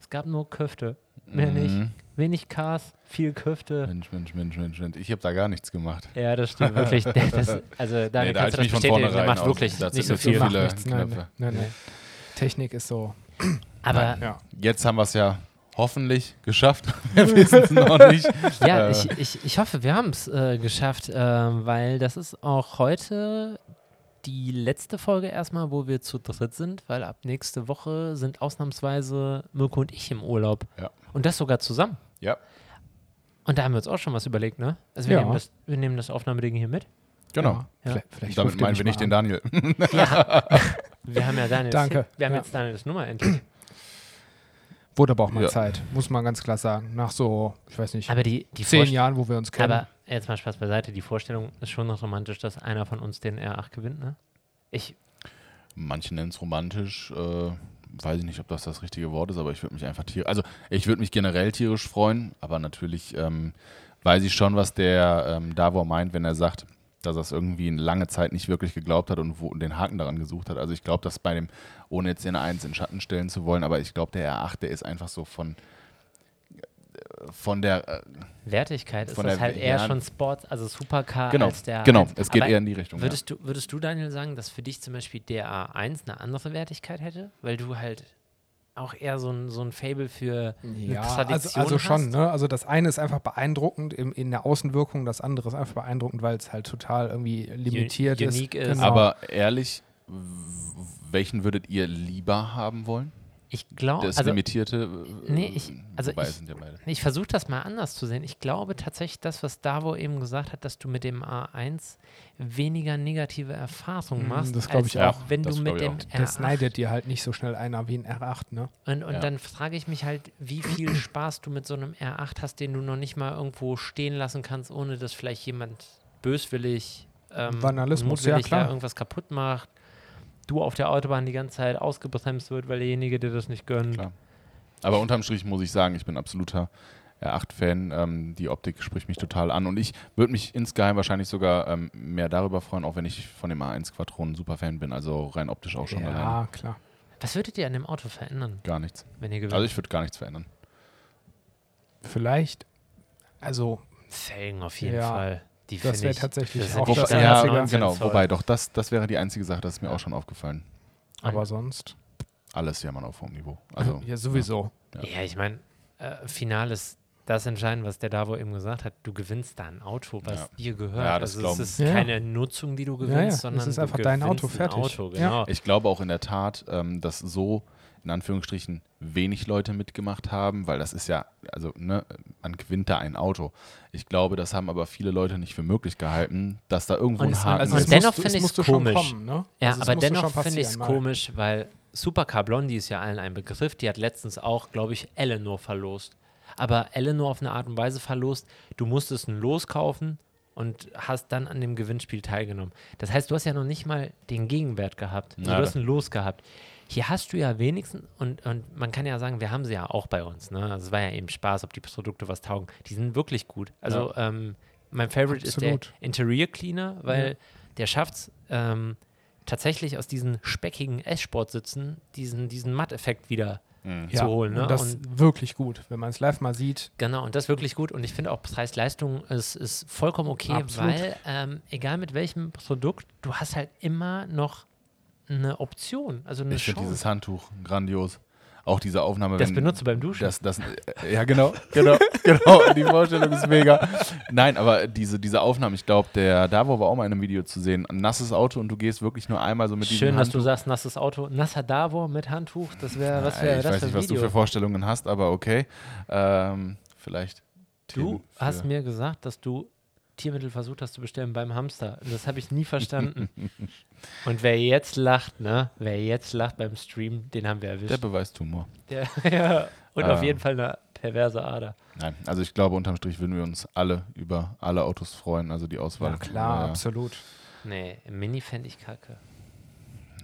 Speaker 1: Es gab nur Köfte, mehr nicht.
Speaker 3: Mhm.
Speaker 1: Wenig Cars, viel Köfte.
Speaker 3: Mensch, Mensch, Mensch, Mensch, Mensch. Ich habe da gar nichts gemacht.
Speaker 1: Ja, das stimmt wirklich. Das, also da
Speaker 3: Nee, da halte
Speaker 1: kannst du das
Speaker 3: ich mich von
Speaker 1: bestätigen, der
Speaker 3: vornherein
Speaker 1: macht
Speaker 3: aus.
Speaker 1: wirklich
Speaker 3: Das
Speaker 1: nicht
Speaker 3: sind
Speaker 1: so
Speaker 2: wir
Speaker 3: nicht
Speaker 1: viel.
Speaker 2: machen
Speaker 3: viele
Speaker 2: nichts, nein,
Speaker 3: Knöpfe.
Speaker 2: nein, nein. Technik ist so.
Speaker 1: Aber
Speaker 2: Ja.
Speaker 3: Jetzt haben wir es ja hoffentlich geschafft. Wir wissen es noch nicht.
Speaker 1: ja,
Speaker 3: Äh,
Speaker 1: ich, ich, ich hoffe, wir haben es äh, geschafft, äh, weil das ist auch heute die letzte Folge erstmal, wo wir zu dritt sind, weil ab nächste Woche sind ausnahmsweise Mirko und ich im Urlaub.
Speaker 3: Ja.
Speaker 1: Und das sogar zusammen.
Speaker 3: Ja,
Speaker 1: Und da haben wir uns auch schon was überlegt, ne? Also wir,
Speaker 2: Ja.
Speaker 1: nehmen, das, wir nehmen das Aufnahmeding hier mit.
Speaker 3: genau.
Speaker 1: Ja.
Speaker 2: Vielleicht, vielleicht
Speaker 3: Damit
Speaker 2: ruft ihr
Speaker 3: meinen
Speaker 2: mich
Speaker 3: wir
Speaker 2: mal
Speaker 3: nicht den
Speaker 2: an.
Speaker 3: Daniel.
Speaker 1: Wir haben ja Daniels,
Speaker 2: Danke.
Speaker 1: Wir haben
Speaker 2: Ja.
Speaker 1: jetzt Daniels Nummer endlich.
Speaker 2: Wurde aber auch mal
Speaker 3: Ja.
Speaker 2: Zeit, muss man ganz klar sagen. Nach so, ich weiß nicht,
Speaker 1: Aber die, die
Speaker 2: zehn
Speaker 1: Vorst-
Speaker 2: Jahren, wo wir uns kennen.
Speaker 1: Aber jetzt mal Spaß beiseite, die Vorstellung ist schon noch romantisch, dass einer von uns den R8 gewinnt, ne? Ich,
Speaker 3: Manche nennen es romantisch. Äh, weiß ich nicht, ob das das richtige Wort ist, aber ich würde mich einfach tierisch. Also, ich würde mich generell tierisch freuen, aber natürlich ähm, weiß ich schon, was der ähm, Davor meint, wenn er sagt, dass er es irgendwie in lange Zeit nicht wirklich geglaubt hat und wo, den Haken daran gesucht hat. Also, ich glaube, dass bei dem, ohne jetzt den 1 in Schatten stellen zu wollen, aber ich glaube, der R8, der ist einfach so von. von der, äh,
Speaker 1: Wertigkeit ist
Speaker 3: Von
Speaker 1: das
Speaker 3: der-
Speaker 1: halt eher
Speaker 3: ja.
Speaker 1: schon Sports, also Supercar
Speaker 3: genau,
Speaker 1: als der.
Speaker 3: genau,
Speaker 1: als,
Speaker 3: es geht
Speaker 1: aber
Speaker 3: eher in die Richtung. Ja.
Speaker 1: Würdest, du, würdest du, Daniel, sagen, dass für dich zum Beispiel der A1 eine andere Wertigkeit hätte? Weil du halt auch eher so ein, so ein Fable für eine
Speaker 2: Ja, also,
Speaker 1: Tradition
Speaker 2: also
Speaker 1: hast?
Speaker 2: schon. Ne? Also das eine ist einfach beeindruckend im, in der Außenwirkung, das andere ist einfach beeindruckend, weil es halt total irgendwie limitiert ist.
Speaker 1: unique ist.
Speaker 2: Genau.
Speaker 3: Aber ehrlich, w- welchen würdet ihr lieber haben wollen?
Speaker 1: Ich glaube,
Speaker 3: Das
Speaker 1: also,
Speaker 3: limitierte? äh,
Speaker 1: nee, ich- also
Speaker 3: wobei,
Speaker 1: ich-
Speaker 3: es sind ja beide.
Speaker 1: ich versuche das mal anders zu sehen. Ich glaube tatsächlich, das, was Davo eben gesagt hat, dass du mit dem A1 weniger negative Erfahrungen
Speaker 2: Mm,
Speaker 1: machst,
Speaker 2: das glaub
Speaker 1: als
Speaker 2: ich auch.
Speaker 1: wenn
Speaker 3: Das
Speaker 1: du
Speaker 3: glaub
Speaker 1: mit
Speaker 3: ich
Speaker 1: dem
Speaker 3: auch.
Speaker 2: das
Speaker 1: R8
Speaker 2: neidet dir halt nicht so schnell einer wie ein R8, ne?
Speaker 1: Und, und
Speaker 3: Ja.
Speaker 1: dann frage ich mich halt, wie viel Spaß du mit so einem R8 hast, den du noch nicht mal irgendwo stehen lassen kannst, ohne dass vielleicht jemand böswillig, ähm,
Speaker 2: Vandalismus, ja,
Speaker 1: mutwillig
Speaker 2: klar.
Speaker 1: da irgendwas kaputt macht. Du auf der Autobahn die ganze Zeit ausgebremst wird, weil derjenige dir das nicht gönnt.
Speaker 3: Klar. Aber unterm Strich muss ich sagen, ich bin absoluter R8-Fan. Ähm, die Optik spricht mich total an und ich würde mich insgeheim wahrscheinlich sogar ähm, mehr darüber freuen, auch wenn ich von dem A1 Quattron ein Superfan bin. Also rein optisch auch schon
Speaker 2: ja,
Speaker 3: alleine.
Speaker 2: klar.
Speaker 1: Was würdet ihr an dem Auto verändern,
Speaker 3: Gar nichts.
Speaker 1: wenn ihr gewinnt?
Speaker 3: Also ich würde gar nichts verändern.
Speaker 2: Vielleicht, also
Speaker 1: Felgen auf jeden
Speaker 2: Ja,
Speaker 1: Fall. Die
Speaker 2: das
Speaker 1: finde
Speaker 2: wäre
Speaker 1: ich-
Speaker 2: tatsächlich
Speaker 1: das
Speaker 2: auch
Speaker 1: hätte ich
Speaker 2: das
Speaker 1: gerne
Speaker 3: ja,
Speaker 1: als
Speaker 2: Einzige.
Speaker 1: Nonsens
Speaker 3: genau.
Speaker 1: voll.
Speaker 3: Wobei, doch, das, das wäre die einzige Sache, das ist mir auch schon aufgefallen.
Speaker 2: aber sonst.
Speaker 3: Alles jammern auf hohem Niveau. Also,
Speaker 2: ja, sowieso.
Speaker 1: Ja, ich meine, äh, final ist das entscheidend, was der Davo eben gesagt hat. Du gewinnst da ein Auto, was
Speaker 3: Ja.
Speaker 1: dir gehört.
Speaker 3: Ja, das
Speaker 1: also
Speaker 3: glauben-
Speaker 1: es ist
Speaker 2: Ja.
Speaker 1: keine Nutzung, die du gewinnst,
Speaker 2: ja, es
Speaker 1: sondern
Speaker 2: ist einfach
Speaker 1: du
Speaker 2: dein
Speaker 1: gewinnst
Speaker 2: Auto,
Speaker 1: ein
Speaker 2: fertig.
Speaker 1: Auto,
Speaker 2: Ja.
Speaker 1: genau.
Speaker 3: Ich glaube auch in der Tat, ähm, dass so in Anführungsstrichen wenig Leute mitgemacht haben, weil das ist ja, also ne, man gewinnt da ein Auto. Ich glaube, das haben aber viele Leute nicht für möglich gehalten, dass da irgendwo
Speaker 1: Und
Speaker 3: ein
Speaker 1: es-
Speaker 3: Haken
Speaker 1: also
Speaker 2: es
Speaker 3: ist.
Speaker 1: dennoch
Speaker 2: musst du-
Speaker 1: finde
Speaker 2: es
Speaker 1: ich's
Speaker 2: musst du schon
Speaker 1: komisch.
Speaker 2: kommen, ne?
Speaker 1: Ja,
Speaker 2: Also es
Speaker 1: aber
Speaker 2: musste
Speaker 1: dennoch
Speaker 2: schon
Speaker 1: finde ich es
Speaker 2: passieren, ne? weil-
Speaker 1: komisch, weil Supercar Blondie ist ja allen ein Begriff. Die hat letztens auch, glaube ich, Eleanor verlost. Aber Eleanor auf eine Art und Weise verlost. Du musstest ein Los kaufen und hast dann an dem Gewinnspiel teilgenommen. Das heißt, du hast ja noch nicht mal den Gegenwert gehabt. Also
Speaker 3: Nada.
Speaker 1: du hast ein Los gehabt. Hier hast du ja wenigstens, und, und man kann ja sagen, wir haben sie ja auch bei uns. Ne? Also es war ja eben Spaß, ob die Produkte was taugen. Die sind wirklich gut. Also ähm, mein Favorite ist
Speaker 2: Absolut.
Speaker 1: der Interior Cleaner, weil der schafft es ähm, tatsächlich aus diesen speckigen S-Sport-Sitzen diesen, diesen Matt-Effekt wieder
Speaker 3: Mhm.
Speaker 1: zu holen. Ne?
Speaker 2: Und das ist wirklich gut, wenn man es live mal sieht.
Speaker 1: Genau, und das ist wirklich gut. Und ich finde auch Preis-Leistung ist, ist vollkommen okay,
Speaker 2: Absolut.
Speaker 1: weil ähm, egal mit welchem Produkt, du hast halt immer noch eine Option, also eine
Speaker 3: Ich finde
Speaker 1: Chance.
Speaker 3: dieses Handtuch grandios. Auch diese Aufnahme.
Speaker 1: Das
Speaker 3: wenn-
Speaker 1: benutzt du beim Duschen.
Speaker 3: Das, das, äh, ja, genau, genau, genau. Die Vorstellung ist mega. Nein, aber diese, diese Aufnahme, ich glaube, der Davo war auch mal in einem Video zu sehen. Ein nasses Auto und du gehst wirklich nur einmal so mit diesem
Speaker 1: Schön, dass du
Speaker 3: Handtuch-
Speaker 1: sagst, nasses Auto. Nasser Davor mit Handtuch, das wäre, was
Speaker 3: Ey,
Speaker 1: wäre
Speaker 3: ich
Speaker 1: das
Speaker 3: weiß
Speaker 1: für ein
Speaker 3: nicht, was du
Speaker 1: Video?
Speaker 3: für Vorstellungen hast, aber okay. Ähm, vielleicht.
Speaker 1: Du
Speaker 3: Themen für-
Speaker 1: hast mir gesagt, dass du Tiermittel versucht hast zu bestellen beim Hamster. Und Das habe ich nie verstanden. Und wer jetzt lacht, ne? Wer jetzt lacht beim Stream, den haben wir
Speaker 3: Der
Speaker 1: erwischt.
Speaker 3: beweist Humor.
Speaker 1: Der, ja. Und auf
Speaker 3: Ah.
Speaker 1: jeden Fall eine perverse Ader.
Speaker 3: Nein, also ich glaube, unterm Strich würden wir uns alle über alle Autos freuen, also die Auswahl.
Speaker 2: Ja, klar,
Speaker 3: Ja,
Speaker 2: absolut.
Speaker 1: Nee, Mini fände ich kacke.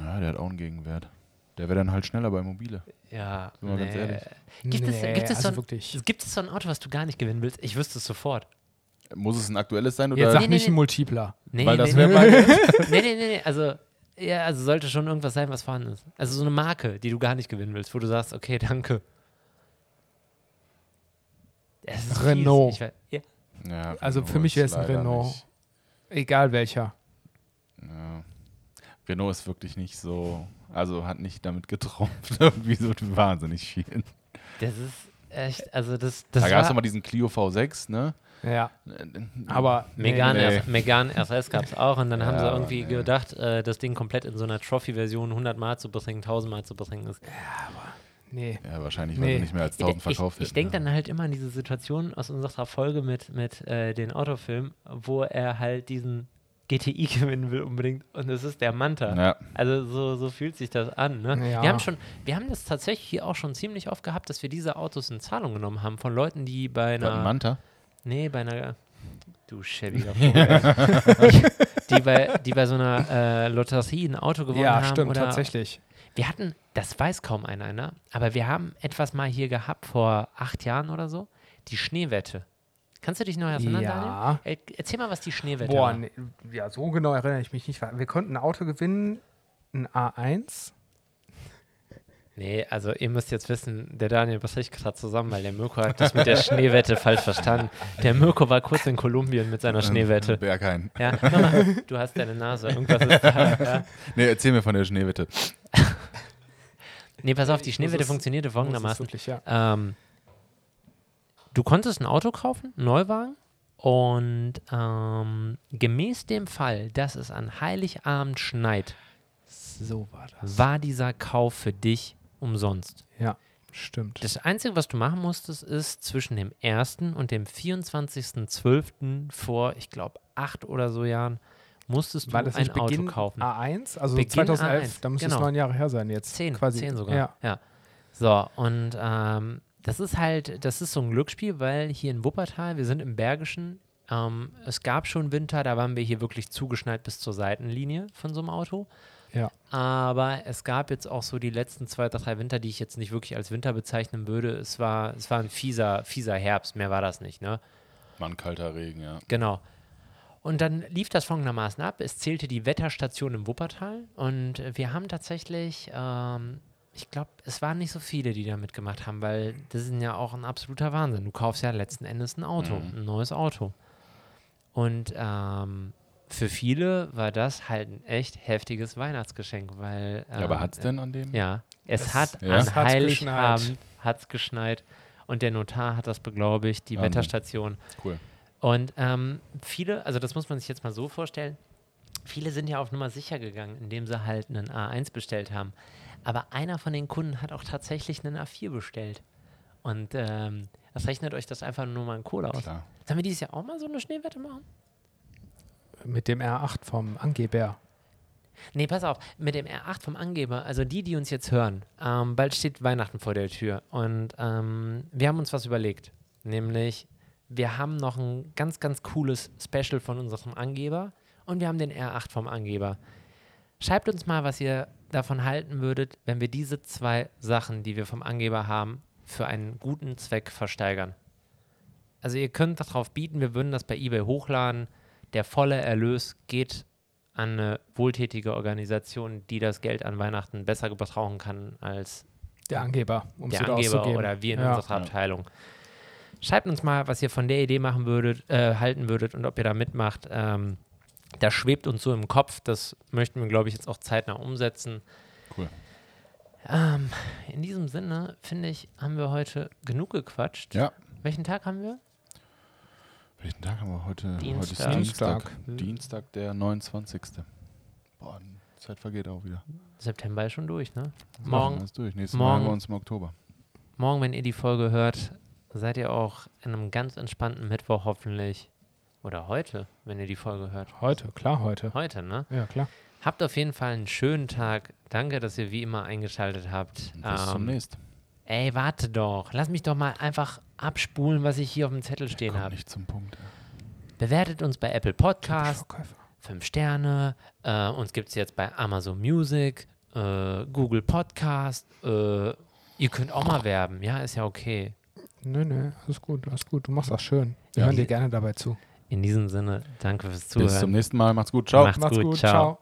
Speaker 3: ja, der hat auch einen Gegenwert. Der wäre dann halt schneller bei Mobile.
Speaker 1: Ja,
Speaker 3: Sind wir
Speaker 1: nee.
Speaker 3: ganz ehrlich.
Speaker 1: Gibt, es,
Speaker 2: Nee,
Speaker 1: gibt, es
Speaker 2: also
Speaker 1: so
Speaker 2: wirklich.
Speaker 1: ein, gibt es so ein Auto, was du gar nicht gewinnen willst? Ich wüsste es sofort.
Speaker 3: Muss es ein aktuelles sein oder?
Speaker 2: Jetzt sag
Speaker 1: Nee, nee,
Speaker 2: nicht
Speaker 1: nee.
Speaker 2: ein Multipler.
Speaker 1: Nee,
Speaker 3: Weil
Speaker 1: nee,
Speaker 3: das
Speaker 1: nee,
Speaker 3: wäre
Speaker 1: nee.
Speaker 3: meine.
Speaker 1: nee, nee, nee, nee, also, ja, also sollte schon irgendwas sein, was vorhanden ist. Also so eine Marke, die du gar nicht gewinnen willst, wo du sagst, okay, danke. Es ist fies,
Speaker 2: Renault.
Speaker 1: ich weiß- ja.
Speaker 3: Ja,
Speaker 2: Also für
Speaker 3: Renault
Speaker 2: mich
Speaker 3: ist
Speaker 2: wäre es ein
Speaker 3: leider
Speaker 2: Renault.
Speaker 3: nicht-
Speaker 2: Egal welcher.
Speaker 3: Ja. Renault ist wirklich nicht so, also hat nicht damit getrumpft, irgendwie so wahnsinnig viel.
Speaker 1: Das ist echt, also das, das
Speaker 3: da gab es
Speaker 1: war
Speaker 3: nochmal diesen Clio V6, ne?
Speaker 2: Ja,
Speaker 3: Äh,
Speaker 1: Hm.
Speaker 2: aber
Speaker 1: Megan,
Speaker 3: Nee.
Speaker 1: RS, Megan RS gab es auch und dann haben sie
Speaker 3: Ja,
Speaker 1: irgendwie
Speaker 3: nee.
Speaker 1: gedacht, äh, das Ding komplett in so einer Trophy-Version 100 Mal zu bringen, 1000 Mal zu bringen ist.
Speaker 2: nee.
Speaker 3: Ja, wahrscheinlich, weil
Speaker 2: Nee.
Speaker 3: sie nicht mehr als
Speaker 1: Ich,
Speaker 3: 1000
Speaker 1: ich,
Speaker 3: verkauft
Speaker 1: ich
Speaker 3: hätten,
Speaker 1: denke
Speaker 3: ja.
Speaker 1: dann halt immer an diese Situation aus unserer Folge mit, mit äh, den Autofilmen, wo er halt diesen GTI gewinnen will unbedingt und es ist der Manta.
Speaker 3: Ja.
Speaker 1: Also so, so fühlt sich das an. Ne?
Speaker 2: Ja.
Speaker 1: Wir, haben schon, wir haben das tatsächlich hier auch schon ziemlich oft gehabt, dass wir diese Autos in Zahlung genommen haben von Leuten, die bei
Speaker 3: War ein
Speaker 1: einer
Speaker 3: Manta?
Speaker 1: Nee, bei einer. Du schäbiger Vogel. die, bei, die bei so einer äh, Lotterie ein Auto gewonnen
Speaker 2: Ja,
Speaker 1: haben.
Speaker 2: stimmt,
Speaker 1: oder
Speaker 2: tatsächlich.
Speaker 1: Wir hatten, das weiß kaum einer, ne? aber wir haben etwas mal hier gehabt vor acht Jahren oder so, die Schneewette. Kannst du dich noch erinnern,
Speaker 2: Ja.
Speaker 1: Daniel? Er- Erzähl mal, was die Schneewette
Speaker 2: Boah,
Speaker 1: war.
Speaker 2: nee, ja, so genau erinnere ich mich nicht. Wir konnten ein Auto gewinnen, ein A1.
Speaker 1: Nee, also ihr müsst jetzt wissen, der Daniel bricht gerade zusammen, weil der Mirko hat das mit der Schneewette falsch verstanden. Der Mirko war kurz in Kolumbien mit
Speaker 2: Ähm,
Speaker 1: seiner Schneewette.
Speaker 3: Berghain.
Speaker 1: Ja, hör mal, du hast deine Nase, irgendwas ist da. Ja.
Speaker 3: Nee, erzähl mir von der Schneewitte.
Speaker 1: Nee, pass auf, die Schneewette
Speaker 2: es-
Speaker 1: funktionierte
Speaker 2: Das ist
Speaker 1: folgendermaßen.
Speaker 2: wirklich, ja.
Speaker 1: Ähm, du konntest ein Auto kaufen, einen Neuwagen, und ähm, gemäß dem Fall, dass es an Heiligabend schneit,
Speaker 2: So war das.
Speaker 1: war dieser Kauf für dich umsonst.
Speaker 2: Ja, stimmt.
Speaker 1: Das Einzige, was du machen musstest, ist zwischen dem 1. und dem 24.12. vor, ich glaube, acht oder so Jahren, musstest du
Speaker 2: war das
Speaker 1: ein
Speaker 2: nicht
Speaker 1: Auto
Speaker 2: Beginn
Speaker 1: kaufen.
Speaker 2: A1? Also
Speaker 1: Beginn
Speaker 2: 2011,
Speaker 1: A1,
Speaker 2: da müssen es
Speaker 1: genau.
Speaker 2: neun Jahre her sein jetzt.
Speaker 1: Zehn,
Speaker 2: quasi.
Speaker 1: zehn sogar.
Speaker 2: Ja.
Speaker 1: Ja. So, und ähm, das ist halt, das ist so ein Glücksspiel, weil hier in Wuppertal, wir sind im Bergischen, ähm, es gab schon Winter, da waren wir hier wirklich zugeschneit bis zur Seitenlinie von so einem Auto.
Speaker 2: ja.
Speaker 1: Aber es gab jetzt auch so die letzten zwei, drei Winter, die ich jetzt nicht wirklich als Winter bezeichnen würde. Es war, es war ein fieser, fieser Herbst, mehr war das nicht, ne?
Speaker 3: War ein kalter Regen, ja.
Speaker 1: Genau. Und dann lief das folgendermaßen ab. Es zählte die Wetterstation im Wuppertal und äh, wir haben tatsächlich, ähm, ich glaube, es waren nicht so viele, die da mitgemacht haben, weil das ist ja auch ein absoluter Wahnsinn. Du kaufst ja letzten Endes ein Auto,
Speaker 3: Mhm.
Speaker 1: ein neues Auto. Und ähm, für viele war das halt ein echt heftiges Weihnachtsgeschenk, weil.
Speaker 3: ja aber
Speaker 1: ähm,
Speaker 3: hat's denn an dem?
Speaker 1: ja, es
Speaker 2: Es-
Speaker 1: hat
Speaker 3: ja.
Speaker 1: an
Speaker 2: Es hat's
Speaker 1: Heiligabend
Speaker 2: geschneit.
Speaker 1: hat's geschneit und der Notar hat das beglaubigt, die
Speaker 3: Amen.
Speaker 1: Wetterstation.
Speaker 3: Cool.
Speaker 1: Und ähm, viele, also das muss man sich jetzt mal so vorstellen, viele sind ja auf Nummer sicher gegangen, indem sie halt einen A1 bestellt haben. Aber einer von den Kunden hat auch tatsächlich einen A4 bestellt. Und ähm, das rechnet euch das einfach nur mal in Kohle aus.
Speaker 3: Klar.
Speaker 1: Sollen wir dieses Jahr auch mal so eine Schneewette machen?
Speaker 2: Mit dem R8 vom Angeber.
Speaker 1: Nee, pass auf, mit dem R8 vom Angeber, also die, die uns jetzt hören, ähm, bald steht Weihnachten vor der Tür und ähm, wir haben uns was überlegt, nämlich wir haben noch ein ganz, ganz cooles Special von unserem Angeber und wir haben den R8 vom Angeber. Schreibt uns mal, was ihr davon halten würdet, wenn wir diese zwei Sachen, die wir vom Angeber haben, für einen guten Zweck versteigern. Also ihr könnt darauf bieten, wir würden das bei eBay hochladen. Der volle Erlös geht an eine wohltätige Organisation, die das Geld an Weihnachten besser gebrauchen kann als
Speaker 2: Der Angeber, um es
Speaker 1: der
Speaker 2: wieder
Speaker 1: Angeber
Speaker 2: auszugeben.
Speaker 1: oder wir in
Speaker 2: ja.
Speaker 1: unserer Abteilung. Schreibt uns mal, was ihr von der Idee machen würdet, äh, halten würdet und ob ihr da mitmacht. Ähm, das schwebt uns so im Kopf. Das möchten wir, glaube ich, jetzt auch zeitnah umsetzen.
Speaker 3: Cool.
Speaker 1: Ähm, in diesem Sinne, finde ich, haben wir heute genug gequatscht.
Speaker 3: Ja.
Speaker 1: Welchen Tag haben wir?
Speaker 3: Welchen Tag haben wir heute?
Speaker 1: Dienstag.
Speaker 3: Heute ist
Speaker 2: Dienstag.
Speaker 3: Dienstag. Dienstag, der 29. Boah, die Zeit vergeht auch wieder.
Speaker 1: September ist schon durch, ne?
Speaker 3: Was machen wir
Speaker 1: Morgen,
Speaker 3: jetzt durch. Nächstes
Speaker 1: morgen-
Speaker 3: Mal haben wir uns im Oktober.
Speaker 1: morgen, wenn ihr die Folge hört, seid ihr auch in einem ganz entspannten Mittwoch hoffentlich. Oder heute, wenn ihr die Folge hört.
Speaker 2: Heute, klar heute.
Speaker 1: Heute, ne?
Speaker 2: Ja, klar.
Speaker 1: Habt auf jeden Fall einen schönen Tag. Danke, dass ihr wie immer eingeschaltet habt.
Speaker 3: Und Bis zum
Speaker 1: Ähm,
Speaker 3: nächsten.
Speaker 1: Ey, warte doch. Lass mich doch mal einfach abspulen, was ich hier auf dem Zettel stehen
Speaker 3: Kommt
Speaker 1: habe.
Speaker 3: nicht zum Punkt. ey.
Speaker 1: Bewertet uns bei Apple Podcasts.
Speaker 2: Verkäufer.
Speaker 1: fünf Sterne. Äh, uns gibt es jetzt bei Amazon Music, äh, Google Podcast. Äh, ihr könnt auch mal werben, ja, ist ja okay.
Speaker 2: Nö, nö, alles gut, alles gut. Du machst das schön. Wir
Speaker 3: Ja.
Speaker 2: hören dir gerne dabei zu.
Speaker 1: In diesem Sinne, danke fürs Zuhören.
Speaker 3: Bis zum nächsten Mal. Macht's gut. Ciao.
Speaker 1: Macht's gut, ciao.